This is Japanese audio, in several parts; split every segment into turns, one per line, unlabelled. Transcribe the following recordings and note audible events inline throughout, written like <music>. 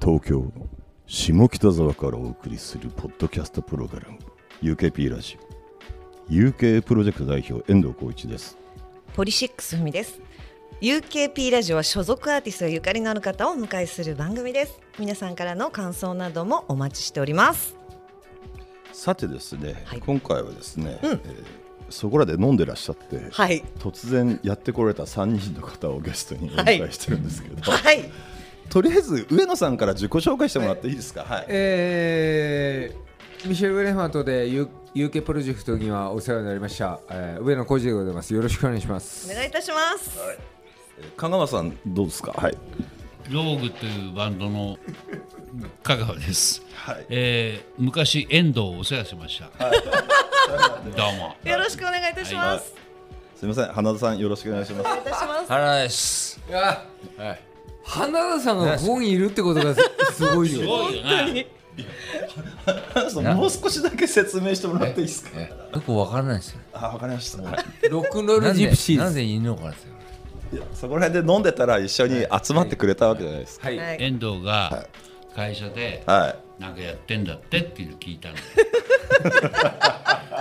京下北沢からお送りするポッドキャストプログラム UKP ラジオ UK プロジェクト代表遠藤浩一です
ポリシックスふみです UKP ラジオは所属アーティストやゆかりのある方をお迎えする番組です皆さんからの感想などもお待ちしております
さてですね、
はい
今回はですね、
うん
えーそこらで飲んでらっしゃって、
はい
突然やってこられた3人の方をゲストにお迎えしてるんですけど、
はい
とりあえず上野さんから自己紹介してもらっていいですかはい、
えーミシェル・グレファントで U- UK プロジェクトにはお世話になりました、えー、上野浩二でございますよろしくお願いします
お願いいたします
香川さんどうですかはい
ローグというバンドの香川です、
はい
えー昔遠藤をお世話しました、どうも
よろしくお願いいたします、
すみません花田さんよろしくお願いします
お願いいたします
原です。
あ
はい。
花田さんがここにいるってこと
<laughs>
がすすごい
す
よ
ごいよな
もう少しだけ説明してもらっていいですか
えよくわからないですよ。
あわかりました、
ロックンロー
な
ル
ん
ジ
で
プシ
な
ー
ん
ズ
でいいのかですよ。
いやそこら辺で飲んでたら一緒に集まってくれたわけじゃないですか
はい、
はい
遠藤が会社で
はい、
なんかやってんだってっていうの聞いたんだ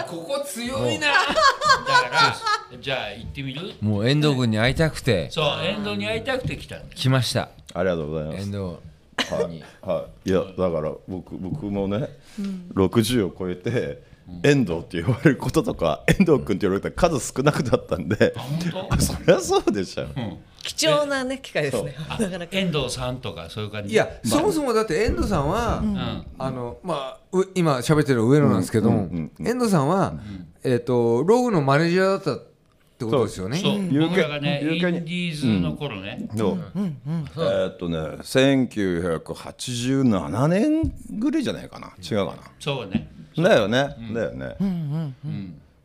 ここ強いな
だからじゃあ行ってみる
もう遠藤君に会いたくて
そう遠藤に会いたくて来たんだよ
来ました。
ありがとうございます
遠藤に。
はい、いやだから僕僕もね、60を超えて遠藤って言われることとか遠藤君って言われたら数少なくなったんで、
本当
あ <laughs> そりゃそうでしょ、
貴重なね機会ですね
あ
なかなか
遠藤さんとかそういう感じ
いや、そもそもだって遠藤さんは、
ん
あのまあう今喋ってる上野なんですけど、
うんうんうん
遠藤さんは、えっ、とローグのマネージャーだったってことですよね
そう、
ん
僕らがね、
UK
インディーズの頃ね、
そうえーっとね1987年ぐらいじゃないかな違うか
そうね
なだよね、だよね、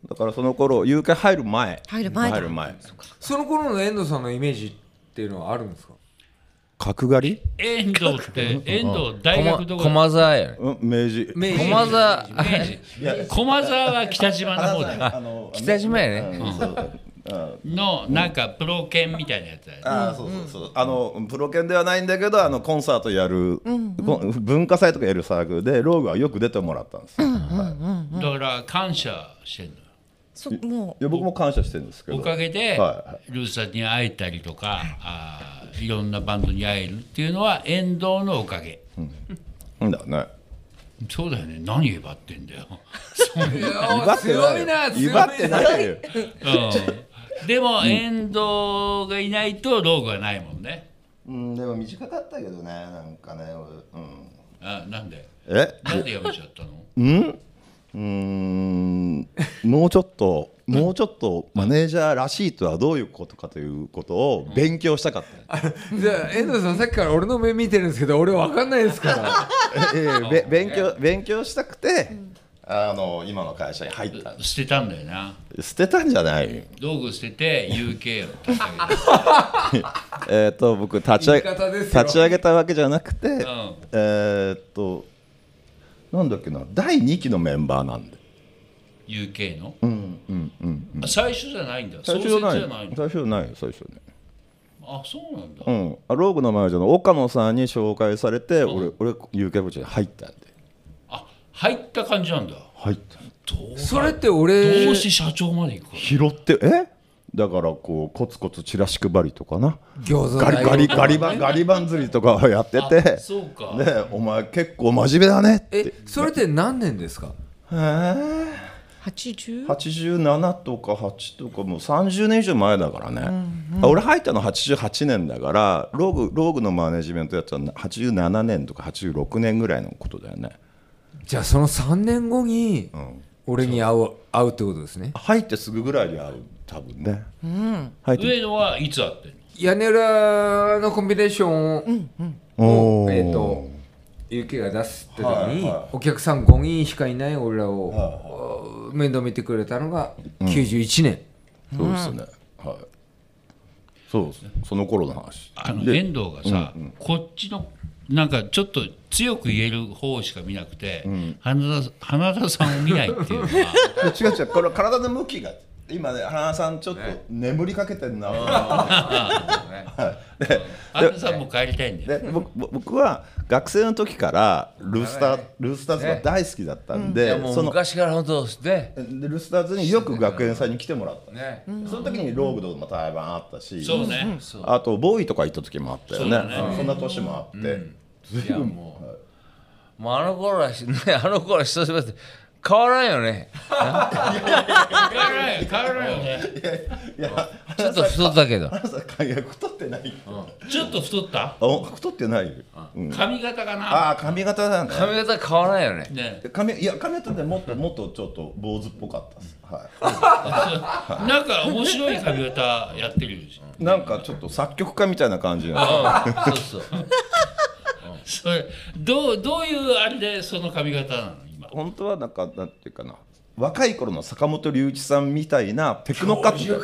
だからその頃有形入る前
入る前だ
入る前
その頃の遠藤さんのイメージっていうのはあるんですか
角刈り、
遠藤って遠藤大学どこだ
駒沢やね。
うん、明治
明治
駒沢。
駒沢は北島の方だよ
<laughs> あの
北島やね。
うんそう
のなんかプロ犬みたいなやつだよね
あーそうそうそう、あのプロ犬ではないんだけどあのコンサートやる、こ文化祭とかやるサークルでローグはよく出てもらったんですよ、はい
だから感謝してるのよ
<laughs> そも
いや僕も感謝してるんですけど
おかげで
は
ルースさんに会えたりとかあーいろんなバンドに会えるっていうのは遠藤のおかげ
うんだよね
そうだよね何威張ってんだよ、
いやー強いな強い
威
な
張ってないよ
うんでも遠藤がいないとローグはないもんね
<laughs> うんでも短かったけどねなんかねうん
あなんで
え
なんでやめちゃったの
うんうーんもうちょっともうちょっとマネージャーらしいとはどういうことかということを勉強したかった、
じゃあ遠藤さんさっきから俺の目見てるんですけ
<laughs>
ど俺わかんないですから
ええべ勉強勉強したくて、あの今の会社に入ったんで
捨てたんだよな
す捨てたんじゃない
ローグ捨てて UK を立ち上げた
えっ、と僕立ち上げ
言い方ですよ
立ち上げたわけじゃなくて、
ん
えっ、となんだっけな第2期のメンバーなんで
UK の、
うんうんうん
あ最初じゃないんだ
最初じゃな
創
い
設じゃないんだ
最初じゃないよ最初ね
あそうなんだ、
うんあローグのマネージャーの岡野さんに紹介されて、俺俺 UK 部長に入ったんで
あ入った感じなんだ
入った
どう
それって俺
どうして社長まで行くか
拾ってえだからこうコツコツチラシ配りとかな
餃子
ガリガリガ
リ
リバンガリバン釣りとかをやってて
あそうか
でお前結構真面目だねって
えそれって何年ですか
へえ
八十
87とか8とかもう30年以上前だからね、あ俺入ったの88年だからローグローグのマネジメントやってたの87年とか86年ぐらいのことだよね
じゃあその3年後に俺に会う会うってことですね
入ってすぐぐらいに会う多分ね、入って
上野はいつ会ってんの
屋根裏のコンビネーション
お
を
ー
えっと UK が出すって時
は
に
いはい
お客さん5人しかいない俺らを面倒見てくれたのが91年
そうですね、はいそうですその頃の話
あの遠藤がさ、こっちのなんかちょっと強く言える方しか見なくて、花田花田さんを見ないっていうのは
<laughs> で違う違うこれ体の向きが今ね花さんちょっと眠りかけてんな、
花田さんも帰りたいんだよ
で僕僕僕は学生の時からルースタールースターズが
ね
大好きだったん
い
で、
やも
そうの
昔から本当で
でルースターズによく学園祭に来てもらった、
ね
その時にローグドも対バンあったし、
そうね、そう
あとボーイとか行った時もあったよね
そ
そ
うん
な年もあって、
いやもうもうあの頃はし <laughs> ねあの頃は久しぶりだって変わらんよね
変わらない変わらないよね
いや
ちょっと太っ
<laughs>
たけど
原さんいや太ってないよ、
ちょっと太った
あ太ってないよ、うん
髪型かな
ああ髪型なんだね
髪型変わらんよね
ね
髪いや髪型でもっともっとちょっと坊主っぽかったです、はい
なんか面白い髪型やってるし
なんかちょっと作曲家みたいな感じな
うんそうそう
それどうどういうあれでその髪型なの今
本当はなんかなんていうかな若い頃の坂本龍一さんみたいなテクノカット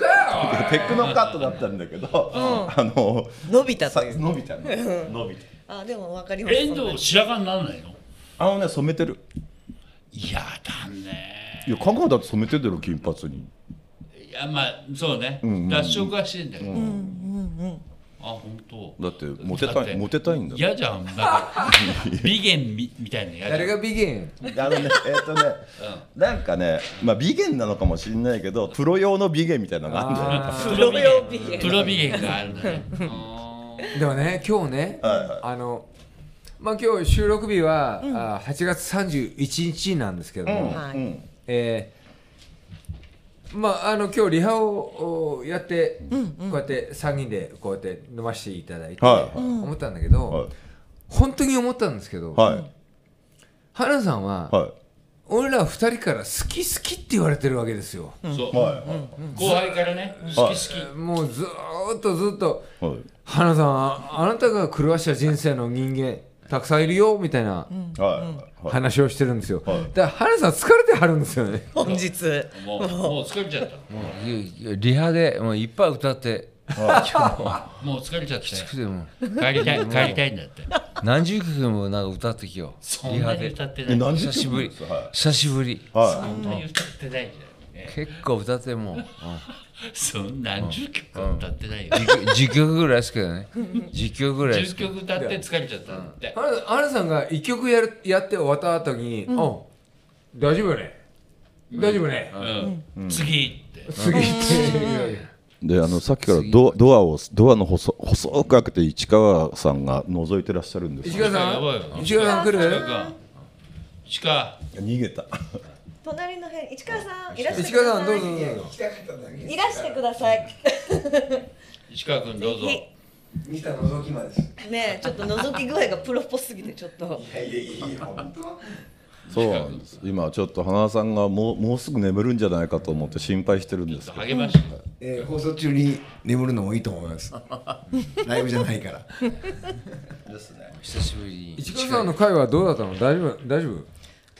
テクノカットだったんだけど、あの
伸びた
さ
という。
伸びたね伸びた
あ、でもわかります。
遠藤白髪にならないの
あのね染めてる
いやだね
いや香川だって染めてるだろ金髪に
いやまあそうね、
んうん
脱色はしてんだけど、あ本当
だってモテたい
だって
モテたいんだもん
嫌じゃん
<laughs>
なんか美言みみたいなの嫌じゃん
誰がビギン
あのねえっ、とね、なんかねまあ美言なのかもしれないけどプロ用の美言みたいなのがあるんだよ
あ
プロ美
プロ美
言
言
プロ美言があるんだねあー
ーでもね今日ね、
はいはい
あのまあ今日収録日は、あー8月31日なんですけども、
はい
うん
えーまああの今日リハをおやって、こうやって3人でこうやって飲ませていただいて、
はいはい
思ったんだけど、
はい
本当に思ったんですけど、
はい
花さんは、
は
俺ら2人から好き好きって言われてるわけですよ、
そう、
いは
後輩からね好き好き、
もうずーっとずっと
いはい
花さんああなたが狂わした人生の人間たくさんいるよみたいな
はいはい
話をしてるんですよ、
はい
だから花さん疲れてはるんですよね
本日。
もうもう疲れちゃった
もういやリハでもういっぱい歌って <laughs>
もう疲れちゃって
きつくてもう
帰りたい帰りたいんだって
何十曲もなんか歌ってきよ
そ
リ
ん
ハ
なに
で
歌ってない
え何時
久しぶり
曲なんです
久しぶり
かはい
そ
は
んなに歌ってないじゃんね
結構歌ってもう
そん何十曲は歌ってないよ
<laughs> 10曲ぐらいですけど
<laughs>
ね10曲ぐらいです
10
けど
曲歌って疲れちゃったんだって
花さん花さんが1曲やるやって終わった後に「うん、大丈夫よね大丈夫ね、
うん次って
次って
いであのさっきからドアドアをドアの細細く開けて市川さんが覗いてらっしゃるんです
市
よ
川さ
やばいよなん
市川さん来
なん
る
かしか
逃げた
隣の辺、市川さん、いらして
市
くだ
川
さ
さ
い。
んどうぞどうぞ
いらしてください。
石川君どうぞ
ぜ
見た覗きまです。
ひねえ、ちょっと覗き具合がプロっぽすぎて、ちょっと。
いやいやいやいや、本当。
そうなんです今ちょっと花さんがもうもうすぐ眠るんじゃないかと思って心配してるんですけど
励まして
えー、放送中に眠るのもいいと思います。ライブじゃないから。
久しぶりに
市川さんの会はどうだったの大丈夫大丈夫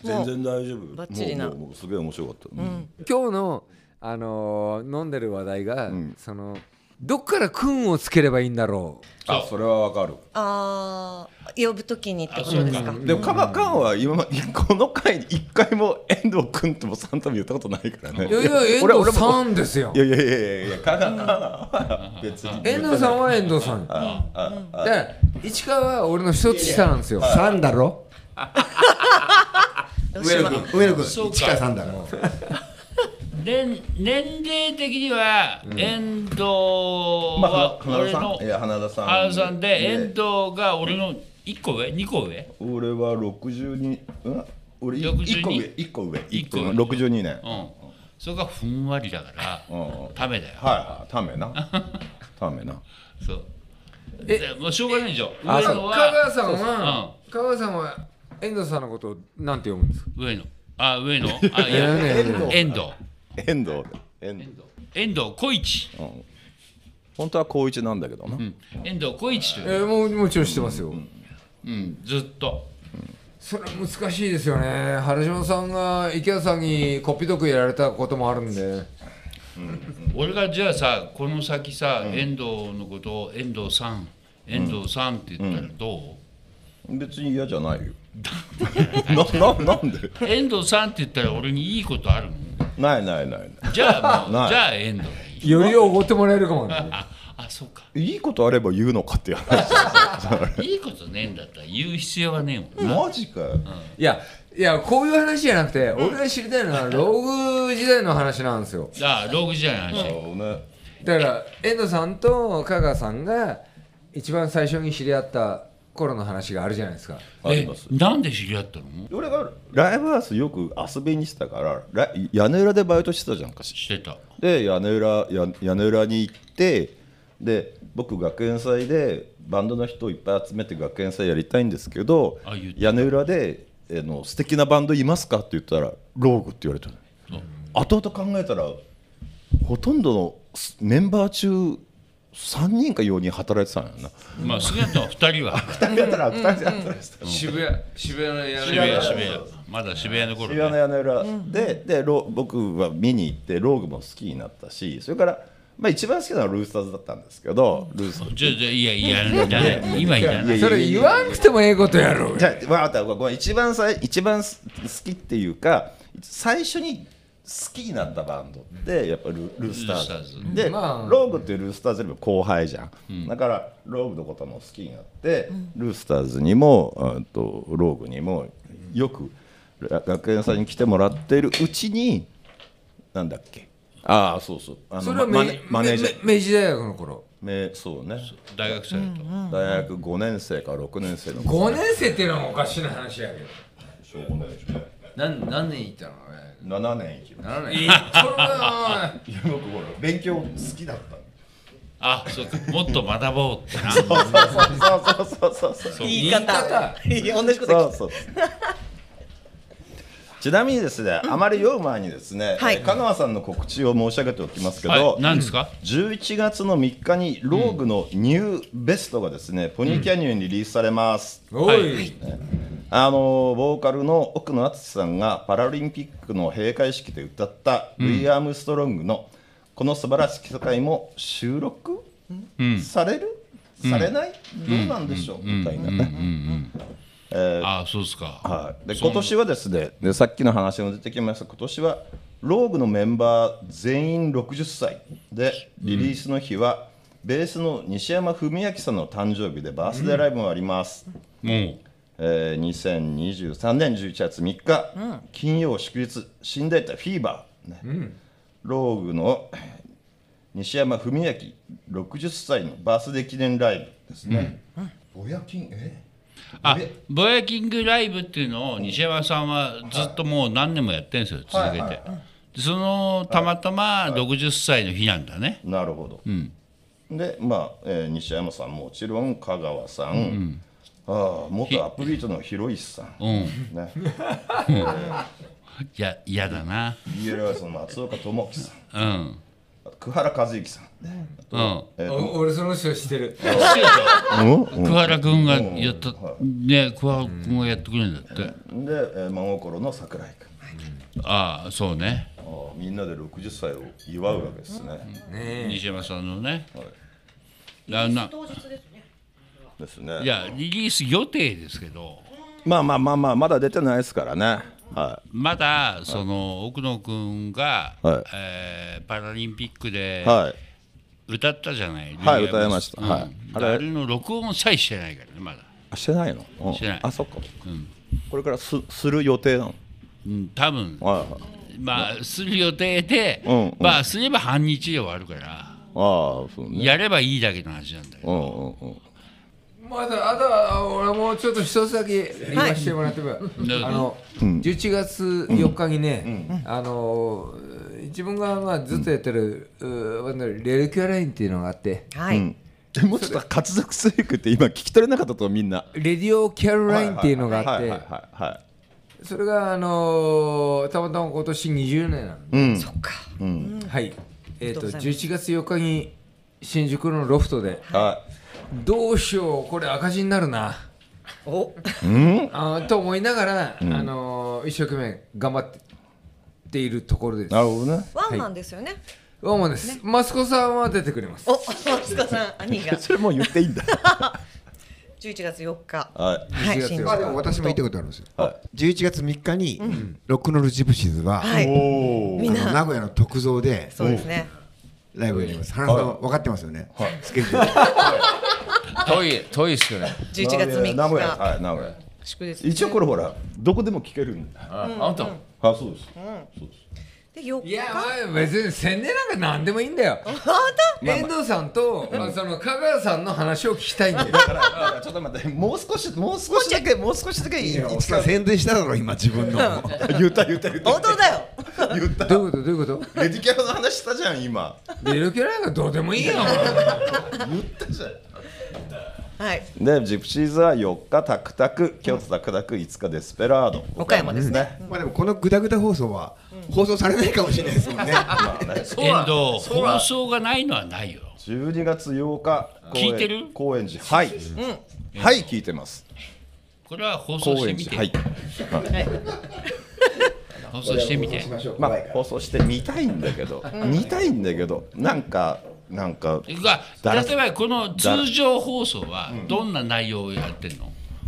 全然大丈夫
バッチリな
もうもうもうすげえ面白かった、うん
今日の、あのー飲んでる話題が、そのどっから君をつければいいんだろ
あそれはわかる
ああ、呼ぶときにってことですか。
でもカバカンは今までこの回に一回も遠藤君ともサンタも言ったことないからね
ういやいや遠
俺
藤
俺も
さんですよ
いやいやいやいやいやカナカナは別に
遠藤さんは遠藤さんで市川は俺の一つ下なんですよ
さんだろ。
どうし
上
ま
野君、上野君、
そうか
市川さんだろ。
年年齢的には遠藤
まあ
は
花
俺
田
の
さんいや花田さん
原さんで遠藤が俺の1個上2個上
俺は62うん俺
62
1個上一個上
一
一
個
個
上
上62年
うんそれがふんわりだか
うん
ら
はい
ためだよ
はいためな
<laughs>
ためな
そうでもうしょうがないでしょ上
あ
野
そう
は
香川さんは香川さんは遠藤さんのことをなんて読むんですか
上野あ上野あい
いやいやい
や
や
遠藤
遠藤遠藤
遠藤小一
うん本当は高一なんだけどな
遠藤小一と
え
いう、
ーもうもちろん知ってますよ、
うん、ずっと
それは難しいですよね原島さんが池田さんにこっぴどくやられたこともあるんで
俺がじゃあさこの先さ、遠藤のことを遠藤さん遠藤さんって言ったらどう、
別に嫌じゃない
<laughs>
よなななんで
遠藤さんって言ったら俺にいいことあるの
ないないないない
じゃあも
<laughs>
う
ない
じゃあ遠藤でいい
よりおごってもらえるかもね
ああそ
<laughs>
うか
いいことあれば言うのかっていう
<laughs>
話
いいことねえんだったら言う必要はねえもんな
マジかよ
<laughs> いやいやこういう話じゃなくて、俺が知りたいのはローグ時代の話なんですよ
ああローグ時代の話、
そうね
だから遠藤さんと香川さんが一番最初に知り合った頃の話があるじゃないですか
あります
えなんで知り合ったの
俺がライブハウスよく遊びにしてたからラ屋根裏でバイトしてたじゃんか
してた
で屋根裏や屋根裏に行ってで僕学園祭でバンドの人をいっぱい集めて学園祭やりたいんですけど
あ言ってた
屋根裏で「えの素敵なバンドいますか?」って言ったら「ローグ」って言われたの後々考えたらほとんどのメンバー中3人か4人働いてたんやな
まあ少なくとも2人は
<laughs> 2人だったら2人で働いてた
渋谷渋谷のや
渋谷渋谷まだ渋谷の頃、
渋
ね、
谷の屋根裏ででロ僕は見に行ってローグも好きになったしそれから、まあ、一番好きなのはルースターズだったんですけどルースターズ
ちょちょいやいやいらない今いらない
い
それ言わんくてもええことやろう
じゃあ分かったごめん一番さい一番す好きっていうか最初に好きになったバンドってやっぱルルースターズ
ルースタ
で、
まあ
ローグってルースターズよりも後輩じゃん、だからローグのことも好きになって、ルースターズにもあとローグにもよくら学園祭に来てもらっているうちになんだっけああそうそうあの
それは
まマ
め
ネマネージャー
めめ明治大学の頃
めそうね
大学生と、
大学5年生か6年生の
5年生っていうのもおかしな話やけど
何何年行ったのね
7年生きる
何年
僕ほら勉強好きだった
あそうかもっと学ぼうってな
そうそうそうそうそうそう
言い方いや同じこと言
そ
って
うそうちなみにですね、あまり読む前にですね、
はい
えー香川さんの告知を申し上げておきますけど、
はい何ですか
11月の3日にローグのニューベストがですね、ポニーキャニオンにリリースされます、
おい、
あのーボーカルの奥野淳さんがパラリンピックの閉会式で歌ったウィリアム・ストロングのこの素晴らしき世界も収録、される、されない、どうなんでしょう、みたいなね。
ああそうですか、
はい、で今年はですねでさっきの話も出てきました今年はローグのメンバー全員60歳でリリースの日は、ベースの西山文明さんの誕生日でバースデーライブもあります、
も
えー2023年11月3日、金曜祝日新大体フィーバー、ねローグの西山文明60歳のバースデー記念ライブですね、ぼやきんえ
うあボヤキングライブっていうのを西山さんはずっともう何年もやってんですよ続けて、でそのたまたま60歳の日なんだね、
なるほど、でまあ、えー西山さんもちろん香川さん、ああ元アプリートの広石さん、
うん
ね、
いや嫌だな
BLS の松岡智樹さん
うん
あと久原和之さん、
うん
お俺その人知ってる
桑原君がやった、ね桑原君がやってくれるんだって、
で、えー真心の桜井君
ああそうね、
ああみんなで60歳を祝うわけですね、
西山さんのね、あな
ですね
いやリリース予定ですけど
まあまあまあまあまだ出てないですからねは
まだその奥野君が、
はい
えーパラリンピックで
いはい
歌ったじゃない、
はい
リリー
歌いました
うん
はい
あれあれの録音さえしてないからねまだ、
あしてないの、うん
してない
あそっか、これからすする予定なの
うん、多分
はいはい
まあする予定で、
うんうん
まあすれば半日で終わるから、
ああそうね
やればいいだけの話なんだけ
う
ど、
んうんうん
まだあとは俺もうちょっと一つだけ言わせてもらっても、あの、11月4日にね、あの自分がまあずっとやってる、うーレルキュアラインっていうのがあって
はい、
でもうちょっと活続性くって今聞き取れなかったとみんな。
レディオキャロラインっていうのがあっ
はいはい
て
はいはいはい
それがあのたまたま今年20年なので、
そっか
はいえ
あ
ー、
りがとうご
と
ざいます
11月4日に新宿のロフトで
は
どうしようこれ赤字になるな
お
あーと思いながら、あのー一生懸命頑張っているところで
い。
す。
なるほどね。
ワンマンですよね、
どうもです、マスコさんは出てくれます。
お、松子さん
<laughs>
兄が
それもう言っていいんだ。
11月4日
は
<laughs>
はい、
11月
新宿
4日
あでも私も言ったことあるんですよ、
は
11月3日に、ロックノールジプシーズは、
はい
い。おお。
み
あ
ん
の
な
名古屋の特造で
そうですね
ライブやります。原さんは分かってますよね。スケジュール。
遠い遠いっすよね
11月3
名古屋
日
はい名古屋
祝日
一応これほらどこでも聞けるんであ
ああんた
そうですそうです
で4
い
日
や、お前別に宣伝なんか何でもいいんだよ。遠藤さんと、まあ、その香川さんの話を聞きたいんだよ。
だからだからちょっと待ってもう少しもう少しだけもう少しだけいい
いやおっさん宣伝しただろ今自分の。
言った言った言った
本当だよ
言った
どういうことどういうこと
レディキャラの話したじゃん今
出る気なんかどうでもいいよ。
言ったじゃん
はい
<laughs> でジプシーズは4日タクタク京都タクタク5日デスペラード
岡山ですね
まあでもこのグダグダ放送は放送されないかもしれないですもんね。
そう
遠
なん
藤
そうなん
放送がないのはないよ
12月8日公演
聞いてる
高円寺はい、はい聞いてます
これは放送
高
して
円
みて、
寺はい
放送してみて
まあ放送して見たいんだけど見たいんだけどなんかなんか
が
だら
例えばこの通常放送はどんな内容をやってんの、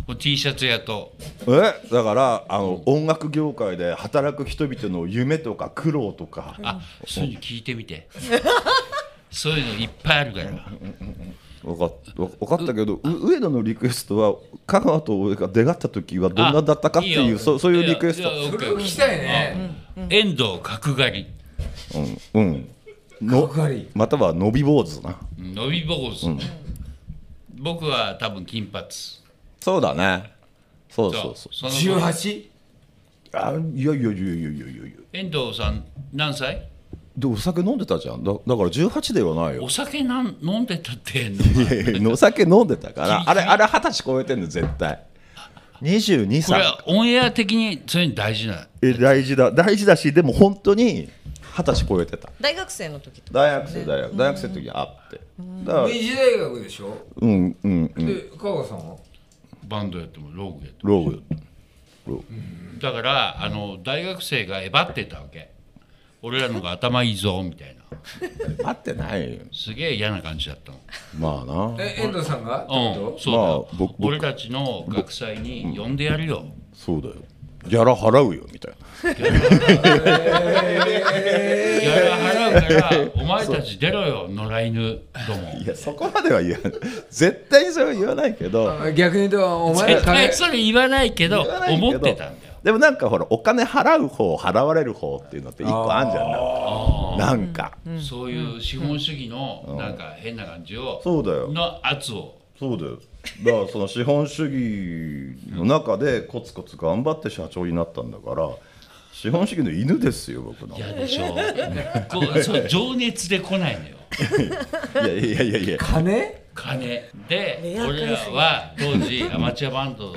こう T シャツ屋と
えだからあの音楽業界で働く人々の夢とか苦労とか
あそういうの聞いて
<laughs>
みてそういうのいっぱいあるから
分かっ分かったけどう上野のリクエストは香川と俺が出がった時はどんなだったかっていうそうそういうリクエスト
ト
それを聞きたいね。
遠藤角刈り
うんの
かり
または伸び坊主な
伸び坊主、僕は多分金髪
そうだねそう
そ
そううそう
その
十八。
あいやいやいやいやいやいやいや
遠藤さん何歳
でお酒飲んでたじゃんだだから18ではないよ <laughs>
お酒なん飲んでたっての
いやいやお酒飲んでたからあれあれ二十歳超えてんの絶対22
これ
歳
はオンエア的にそういうの大事な
え大事だ大事だしでも本当に二十歳超えてた
大学生の時と
大学生大学大学生の時あってだから
二次大学でしょ。
うんうんうん
で、香川さんは。
バンドやってもローグやって
ローグ
もだからあの大学生がえばってたわけ俺らのが頭いいぞみたいな
待ってないよ
すげえ嫌な感じだったの
まあな
え、遠藤さんが。って
う
こ
ん、そう
まあ
だ、
僕僕
俺たちの学祭に呼んでやるよ。
そうだよギャラ払うよみたいな
ギャラ払うから、お前たち出ろよ、野良犬ども
い。やそこまでは言わない絶対それは言わないけど
と。逆に言うと、お前ら
絶
金
対。それ言わないけど
言わ、ないけど
思ってたんだよ。
でもなんかほらお金払う方払われる方っていうのって一個あんじゃんなんかなんか
そういう資本主義のなんか変な感じを、
そうだよ
の圧を。
そうだよだからその資本主義の中でコツコツ頑張って社長になったんだから資本主義の犬ですよ僕のい
いや
<laughs>
でしょ。こうそう情熱で来ないのよ。
やいやいやいや
金。
金
レア
で
ケース
俺らは当時アマチュアバンド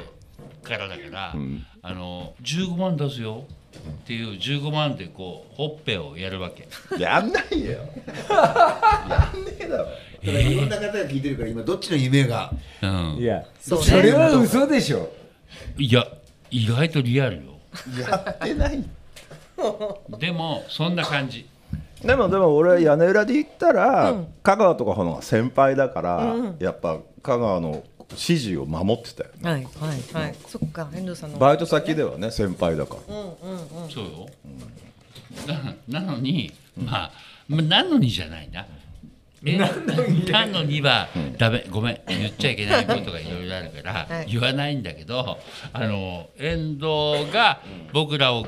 からだから、あの15万出すよっていう15万でこうほっぺをやるわけ
やんないよやんねえだろ
ただいろんな方が聞いてるから今どっちの夢が
うん
いや。そ
そうね
れは嘘でしょ。
いや意外とリアルよ
やってない
でもそんな感じ
でもでも俺は屋根裏で言ったら、香川とかほのが先輩だから、やっぱ香川の指示を守ってたよね
はいはいはいそっか遠藤さんの
バイト先ではね先輩だから、
そうよななのにまあまなのにじゃないなえなのにはダメごめん言っちゃいけないことがいろいろあるから
はい
言わないんだけどあの遠藤が僕らを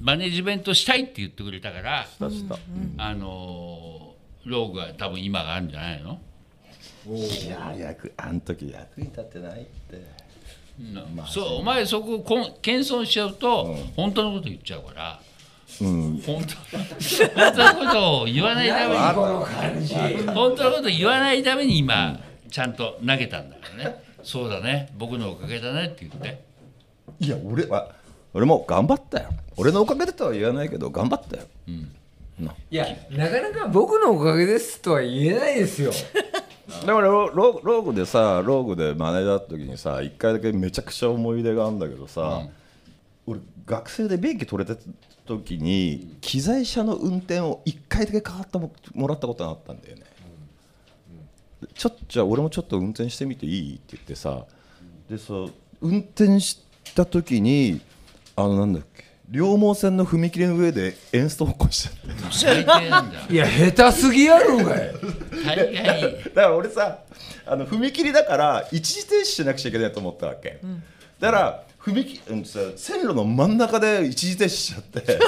マネジメントしたいって言ってくれたから
下下
あのローグは多分今があるんじゃないの
いや役あん時役に立ってないって
そうお前そここん謙遜しちゃうと本当のこと言っちゃうから
うん
本当本当のことを言わないために本当のこと言わないために今ちゃんと投げたんだからねそうだね僕のおかげだねって言って
いや俺は俺も頑張ったよ俺のおかげでとは言わないけど頑張ったよ
いや、なかなか僕のおかげですとは言えないですよ。
でもロロローグでさローグでマネージャーだった時にさ一回だけめちゃくちゃ思い出があるんだけどさ、俺学生で便器取れた時に機材車の運転を一回だけ変わったももらったことがあったんだよね、ちょっじゃあ俺もちょっと運転してみていいって言ってさでさ運転した時にあのなんだっけ両毛線の踏切の上でエンストを起こしちゃって
最低なんだ
いや下手すぎやろうがい
大概
だから俺さあの踏切だから一時停止しなくちゃいけないと思ったわけ、だから踏切、うん、さ線路の真ん中で一時停止しちゃって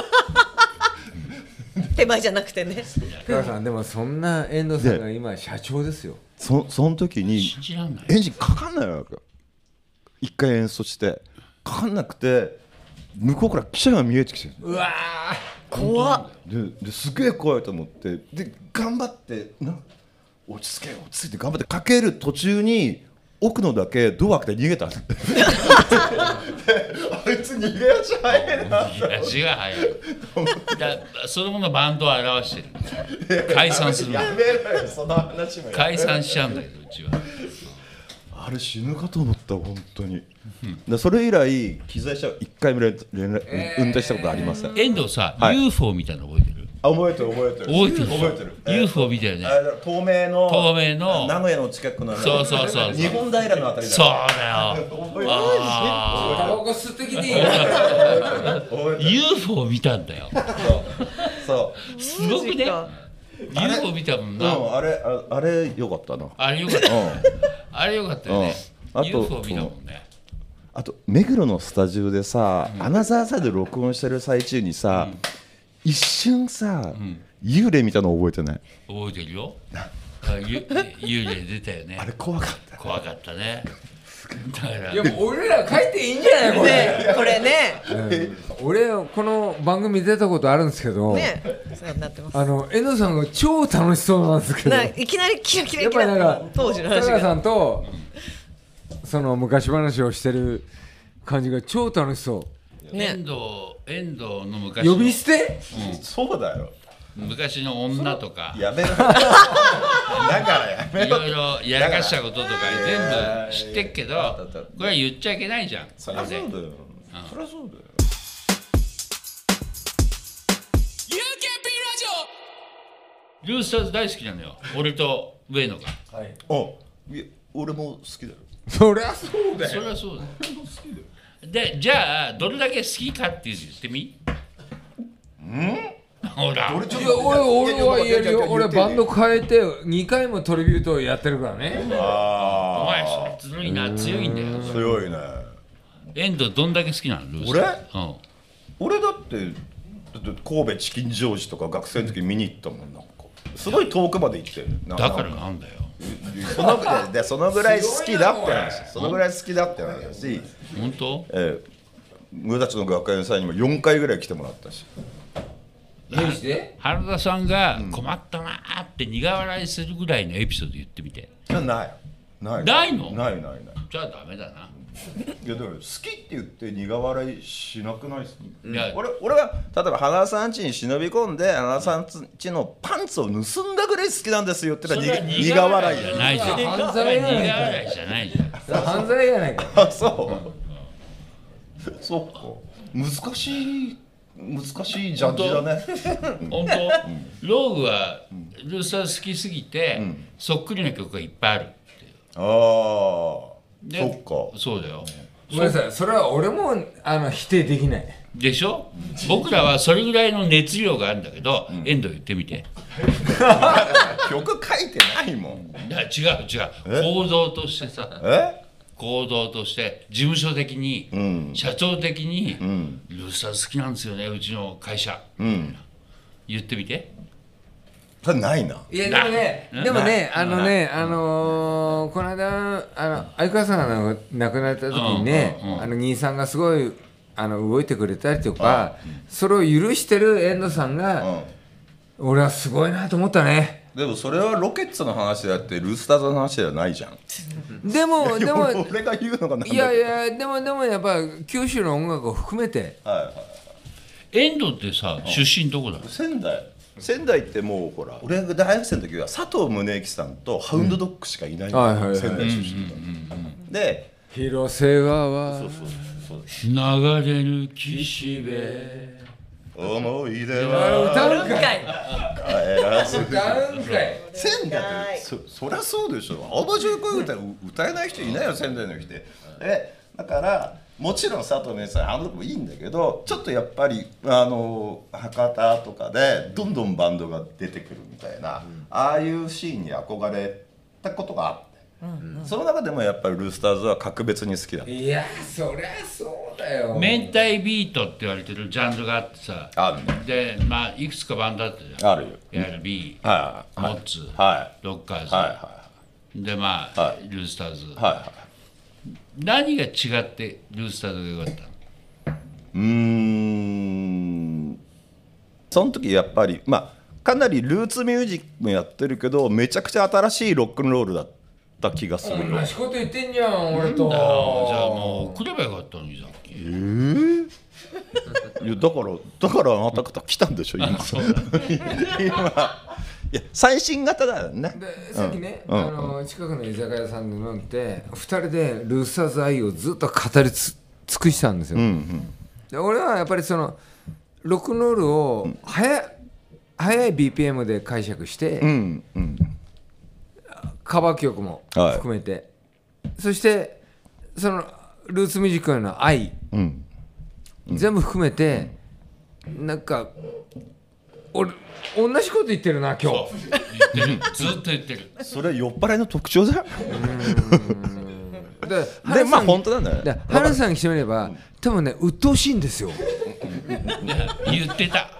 手前じゃなくてね
高橋さんでもそんな遠藤さんが今社長ですよ
そその時に
信じらんない
エンジンかかんないわけよ一回演奏してかかんなくて向こうから汽車が見えてきて
うわ
怖っ
でですげえ怖いと思ってで頑張ってな落ち着け落ち着いて頑張ってかける途中に奥のだけドア開けて逃げたんだ <laughs> であいつ逃げ足早いな
足が速いだそのものバンドを表してる解散する
やめろよその話もやめろ
解散しちゃうんだけどうちは
あれ死ぬかと思った本当に、でそれ以来機材車一回も連連絡運転したことありません、
遠藤さ、
はい
UFO みたいなの覚えてる
あ覚えてる覚えてる
覚えてる
覚えてるえー
UFO みたいな
あ
ね
れだ透明の
透明の
名古屋の近くのね
そうそうそう
日本平のあたりだ
そうだよ
覚えてる
タバコ吸ってきていい
覚えてる
UFO 見たんだよ
そ
すごくね UFO 見たもん
う、う、
なん
あれああれよかったなうん
あれよかったあれよかったよね
うんあと
UFO 見たもんね
あと目黒のスタジオでさ、アナザーサイド録音してる最中にさ、一瞬さ、幽霊見たの覚えてない
覚えてるよあゆ幽霊出たよね
あれ怖かった
怖かったねだから
いやもう俺ら帰っていいんじゃないこれ
ねこれね
俺この番組出たことあるんですけど、
ねそうなってます
あの遠藤さんが超楽しそうなんですけど
な
やっ
いきなりキラキラキ
ぱりなん
ラ
か
当時の話
高橋
が
さんとその昔話をしてる感じが超楽しそ
遠藤遠藤の
う
昔
呼び
の
捨て
そうだよ
昔の女とか
やめろだからやめ
いろいろやらかしたこととか全部知ってっけどこれは言っちゃいけないじゃん
そりゃそうだよそりゃそうだよ
ルースターズ大好きなのよ俺と上野が
あいや俺も好きだよ
そりゃそう
それはそうだよでじゃあどれだけ好きかって言ってみんほら
ち
いや俺俺は言えるよ俺バンド変えて2回もトリビュートをやってるからね
お
あ
前それずるいな強いんだよ
あ強いね
遠藤どんだけ好きなのルースターズうん
俺だってだって神戸チキンジョージとか学生の時見に行ったもんなんかすごい遠くまで行ってだ
だからなんだよ
そのぐらいでそのぐらい好きだって話そのぐらい好きだって話だし、
本当
えー、俺たちの学会の際にも4回ぐらい来てもらったし
何して
原田さんが困ったなーって苦笑いするぐらいのエピソード言ってみて
いやないない
ないの
ないないない
じゃあダメだない
やでも好きって言って苦笑いしなくないですか、
いや
俺俺は例えば花さん家に忍び込んで花さん家のパンツを盗んだぐらい好きなんですよって言ったら苦苦笑い
<laughs> じゃないじゃん
犯
そ
罪
れ
やな
苦
いか
笑いじゃないじゃん
犯罪やないか
あそう、 <laughs> そっか難しい難しいジャッジだね
本当ローグはルースターズ好きすぎてそっくりな曲がいっぱいある
ああそ
で
っか
そうだよ
ごめんなさいそれは俺もあの否定できない
でしょ僕らはそれぐらいの熱量があるんだけど遠藤言ってみて
曲書いてないもん
いや違う違う行動としてさ
え
行動として事務所的に、
ん
社長的に、ルースターズ好きなんですよねうちの会社、
ん
言ってみて
それないない
やでもね、
な
でもね、あのね、あのー、この間、あの相川さんが亡くなった時にね、
うんうんうん
あの兄さんがすごいあの動いてくれたりとか、それを許してる遠藤さんが、俺はすごいなと思ったね。
でもそれはロケッツの話であってルースターズの話ではないじゃん
でも、でも、
<laughs> 俺が言うのがなんだけど
<laughs> いやいや、でもでもやっぱ九州の音楽を含めて、
はいはい
遠藤ってさ、出身どこだ
仙台仙台ってもうほら俺が大学生の時は佐藤宗之さんとハウンドドッグしかいない、
はいはいはい
仙台出身だで
広瀬川
そう
は。
そうそう
流れる岸辺
思い出は
歌うんかい
帰らず
歌うんかい
仙台ってそそりゃそうでしょあの状況歌歌えない人いないよ仙台の人でだからもちろん佐藤明さんあのとこいいんだけどちょっとやっぱりあの博多とかでどんどんバンドが出てくるみたいな、ああいうシーンに憧れたことがあって。その中でもやっぱりルースターズは格別に好きだった
いやそりゃそうだよ
明太ビートって言われてるジャンルがあってさ
あるね
でまあいくつかバンドあったじゃん
あるよ
ARB、
はいはい
モッツ、
はい
ロッカーズ、
はいは
でまあ、
はい
ルースターズ、
いはい
何が違ってルースターズが良かったの
うーんその時やっぱりまあかなりルーツミュージックもやってるけどめちゃくちゃ新しいロックンロールだった気がする
同じこと言ってんじゃん俺と
ああじゃあもう来ればよかったのにさっき
<laughs> いやだからだからあなた方来たんでしょ今今いや最新型だよね
でさっきね、
うん
あの近くの居酒屋さんで飲んで2人でルーサーズ愛をずっと語りつ尽くしたんですよ、で俺はやっぱりそのロックンロールを早,、早い BPM で解釈して、
うんうん
カバー曲も含めて、そしてそのルーツミュージックへの愛、
ん
全部含めて、なんか俺同じこと言ってるな今日。
言ってるずっと言ってる
それ酔っ払いの特徴だよ
で
でまあ本当なんだよ
で原田さんにしてみれば、多分ね鬱陶しいんですよ
言ってた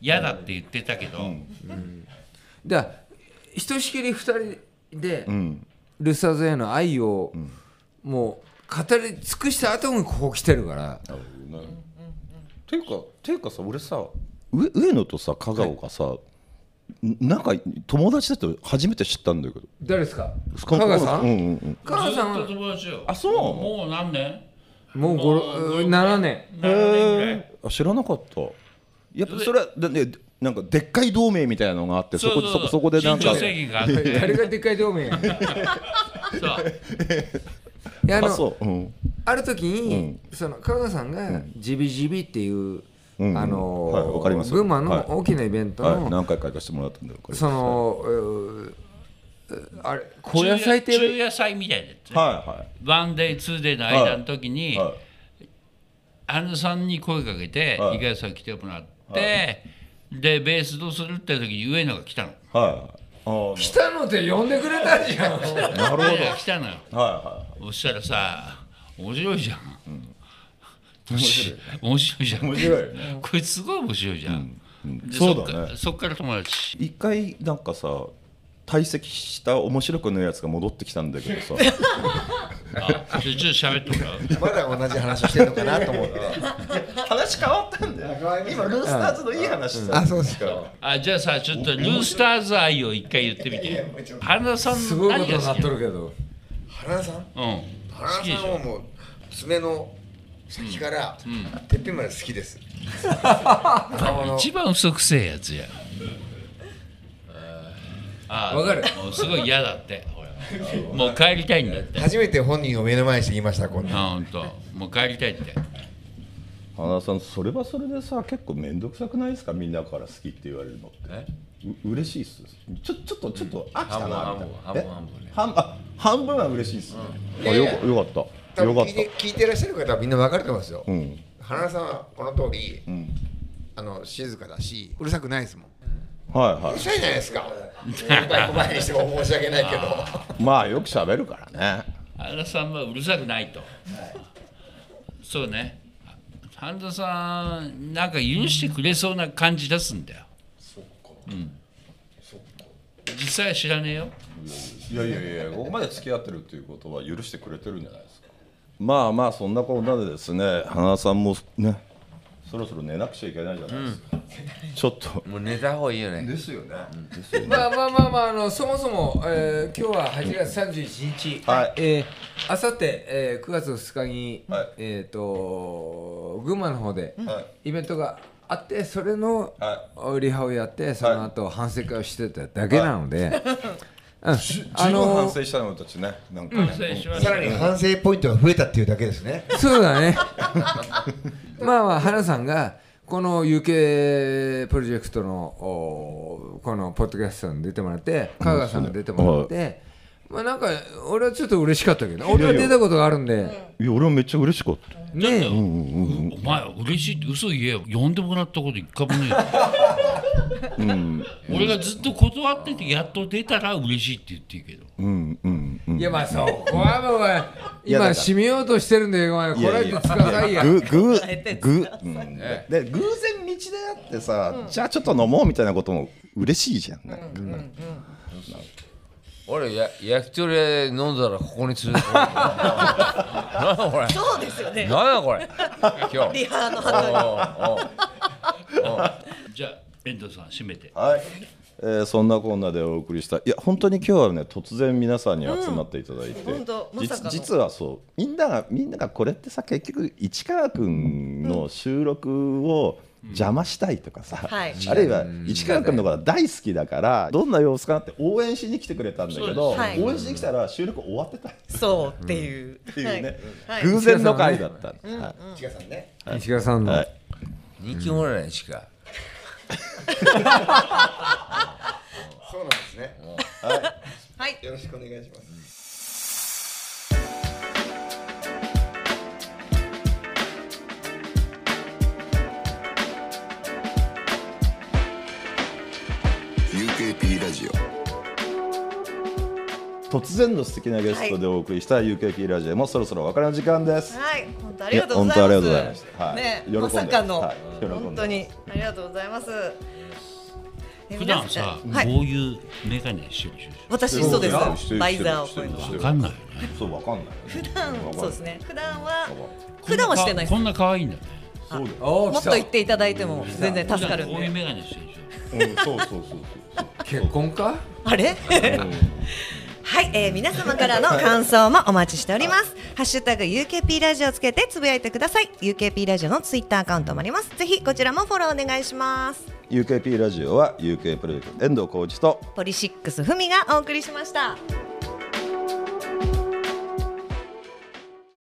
嫌、だって言ってたけど、
だからひとしきり2人で、
ん
ルサーズへの愛を、もう語り尽くした後にここ来てるから
ていうかていうかさ俺さ上上野とさ香川がさ、なんか友達だって初めて知ったんだけど
誰ですか香川さん、
うんうんうん
香川さん
ずっ
は
と友達よ
あそう
もう何年
もう
もう
5 7年
7年ぐらい、
あ知らなかったやっぱそれはだ、ね、なんかでっかい同盟みたいなのがあってそこ
うう
そこでなん
身
か
長制限が
<laughs>
あって
誰がでっかい同盟やんい
そう
やあ
あ
の
そう、うん、
ある時に、その香川さんが「ジビジビ」っていう、
うん
あの
はいわかります
群馬
はい
の大きなイベントの、
はい、何回か行かせてもらったんだよこれ
その、えーあれ高野菜って
中野菜みたいなやつね
は
ワンデイツーデイの間の時に、
いはい、はい、
アンさんに声かけて、
はい
伊賀さん来てもらって、でベースどうするって時に上野が来たの
はいあー
来たので呼んでくれたじゃん
<laughs>
なるほどは
上野
い
が来たのよ
は
そしたらさ面白いじゃん、面白い面白いじゃん
い面白いよね
これすごい面白いじゃん、で
そうだね
そっかそっから友達
一回なんかさ退席した面白くないやつが戻ってきたんだけどさ
あちょちょっと喋ってもらう
まだ同じ話してんのかなと思って。
話変わったんだよ今ルースターズのいい話だ、
あ、そうですか。
あじゃあさちょっとルースターズ愛を一回言ってみて花田さん
すごいこ
何
と
が
にな
好
っ
きな
と
の
るけど
原田さん。
うん
原
好きで
田
し
さんは
ょ
もう爪の先からてっぺんまで好きです。
一番嘘くせえやつやあ
わかる
もうすごい嫌だってほらもう帰りたいんだって
初めて本人を目の前にして言いましたこん
あ
な。
本当もう帰りたいって
花田さんそれはそれでさ結構面倒くさくないですかみんなから好きって言われるのってう嬉しいっすちょちょっとちょっと飽きたなみたいなえ
半
半
分半分半分半分ね
分あ半分は嬉しいっすね、
ん
あ
い
よ
やいや
よかった
多分
よかっ
聞いて聞いてらっしゃる方はみんな分かると思いますよ
たう。ん
原田さんはこの通り
うん
あの静かだしうるさくないですもん。
はいうは
るさいじゃないですか。先輩後輩にしても申し訳ないけど。
いまあよく喋るからね
原田さんはうるさくないと、そうね半田さんなんか許してくれそうな感じ出すんだよそっかうん実際は知らねえよ
いやいやいやここまで付き合ってるっていうことは許してくれてるんじゃないですかまあまあそんなこんなでですね花田さんもねそろそろ寝なくちゃいけないじゃないですか、ちょっと
もう寝た方がいいよね
ですよね、
まあまあまあまああのそもそも、えー今日は8月31日
はい
えー、あさって、えー、9月2日に、
はい
えっ、と群馬の方で、
はい
イベントがあってそれの、
は
リハをやってその後、反省会をしてただけなので、うん
十分反省したのたちね、なんかね、
失礼しまし
<laughs> さ
た
らに反省ポイントが増えたっていうだけですね。
そうだね。まあまあ花さんがこの UK プロジェクトのおーこのポッドキャストに出てもらって香川さんに出てもらって、まあなんか俺はちょっと嬉しかったけど俺は出たことがあるんで
いや俺はめっちゃ嬉しかった
だって
ね
お前嬉しいって嘘言えよ呼んでもらったこと一回もねえよ俺がずっと断っててやっと出たら嬉しいって言っていいけど
うんうんうん
いやまあそこはもう
いやだから
今締めようとしてるんでお前これってくださいや
ぐ
<laughs>
ぐぐ、うんでで偶然道であってさ、じゃあちょっと飲もうみたいなことも嬉しいじゃんなんか、
俺や焼き鳥屋で飲んだらここに連れてこられたなんだこれ
そうですよね。
<laughs> なんだこれ今
リ
日
ハの
お
話。
うおう
じゃあ遠藤さん締めて
はい、えーそんなこんなでお送りしたいや本当に今日はね突然皆さんに集まっていただいて、
うん本当まさかの
実実はそうみんながみんながこれってさ結局市川君の収録を邪魔したいとかさ、
はい
あるいは市川君のことが大好きだからどんな様子かなって応援しに来てくれたんだけど、
そうですはい
応援しに来たら収録終わってた
そうっていう。
っていうね、
はい
偶然の回だった、はい
ちかさんね
石川さんの
はい
人気者やねしか
そうなんですね
はい。
よろしくお願いします
突然の素敵なゲストでお送りした UKP ラジオもそろそろお別れの時間です、
はい、本当あ
い
り
や
がとうございます。
本当ありがとうございましたはい
ね、
喜んで
まさかの、
はい喜んで
本当にありがとうございます。え
普段さ
皆んはい、
こういう眼鏡してるでし
私そうで
して
す。
る
バイザーを
してるして
ょ
る
分かんないよね
そうわかんない普
うんそうですね。普段は普段はしてないです。
こんな可愛いんだね
そうだよ
おー
もっ
来
と
た
言っていただいても全然助かるん
普段こういう
で。
眼鏡してるでしょ
うん、そうそうそうそう。
結婚か
あれ？はい、えー、皆様からの感想もお待ちしております。ハッシュタグ UKP ラジオつけてつぶやいてください。UKP ラジオのツイッターアカウントもあります。ぜひこちらもフォローお願いします。
UKP ラジオは UK プロジェクト遠藤浩一と
ポリシックスふみがお送りしました。